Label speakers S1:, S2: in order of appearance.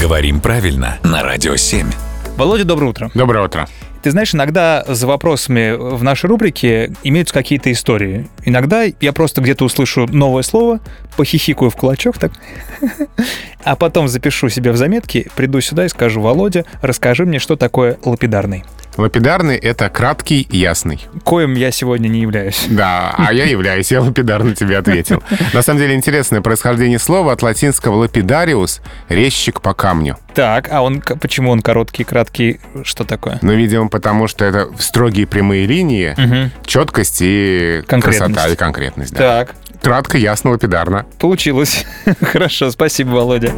S1: Говорим правильно на Радио 7.
S2: Володя, доброе утро.
S3: Доброе утро.
S2: Ты знаешь, иногда за вопросами в нашей рубрике имеются какие-то истории. Иногда я просто где-то услышу новое слово, похихикаю в кулачок так, а потом запишу себе в заметки, приду сюда и скажу, Володя, расскажи мне, что такое лапидарный.
S3: Лапидарный — это краткий, ясный.
S2: Коим я сегодня не являюсь.
S3: Да, а я являюсь, я лапидарно тебе ответил. На самом деле интересное происхождение слова от латинского «лапидариус» — резчик по камню.
S2: Так, а он к- почему он короткий, краткий, что такое?
S3: Но, Ну, видимо, потому что это строгие прямые линии, четкость и
S2: Конкретность.
S3: красота и конкретность. Да.
S2: Так,
S3: Кратко, ясно, лапидарно.
S2: получилось. Хорошо, спасибо, Володя.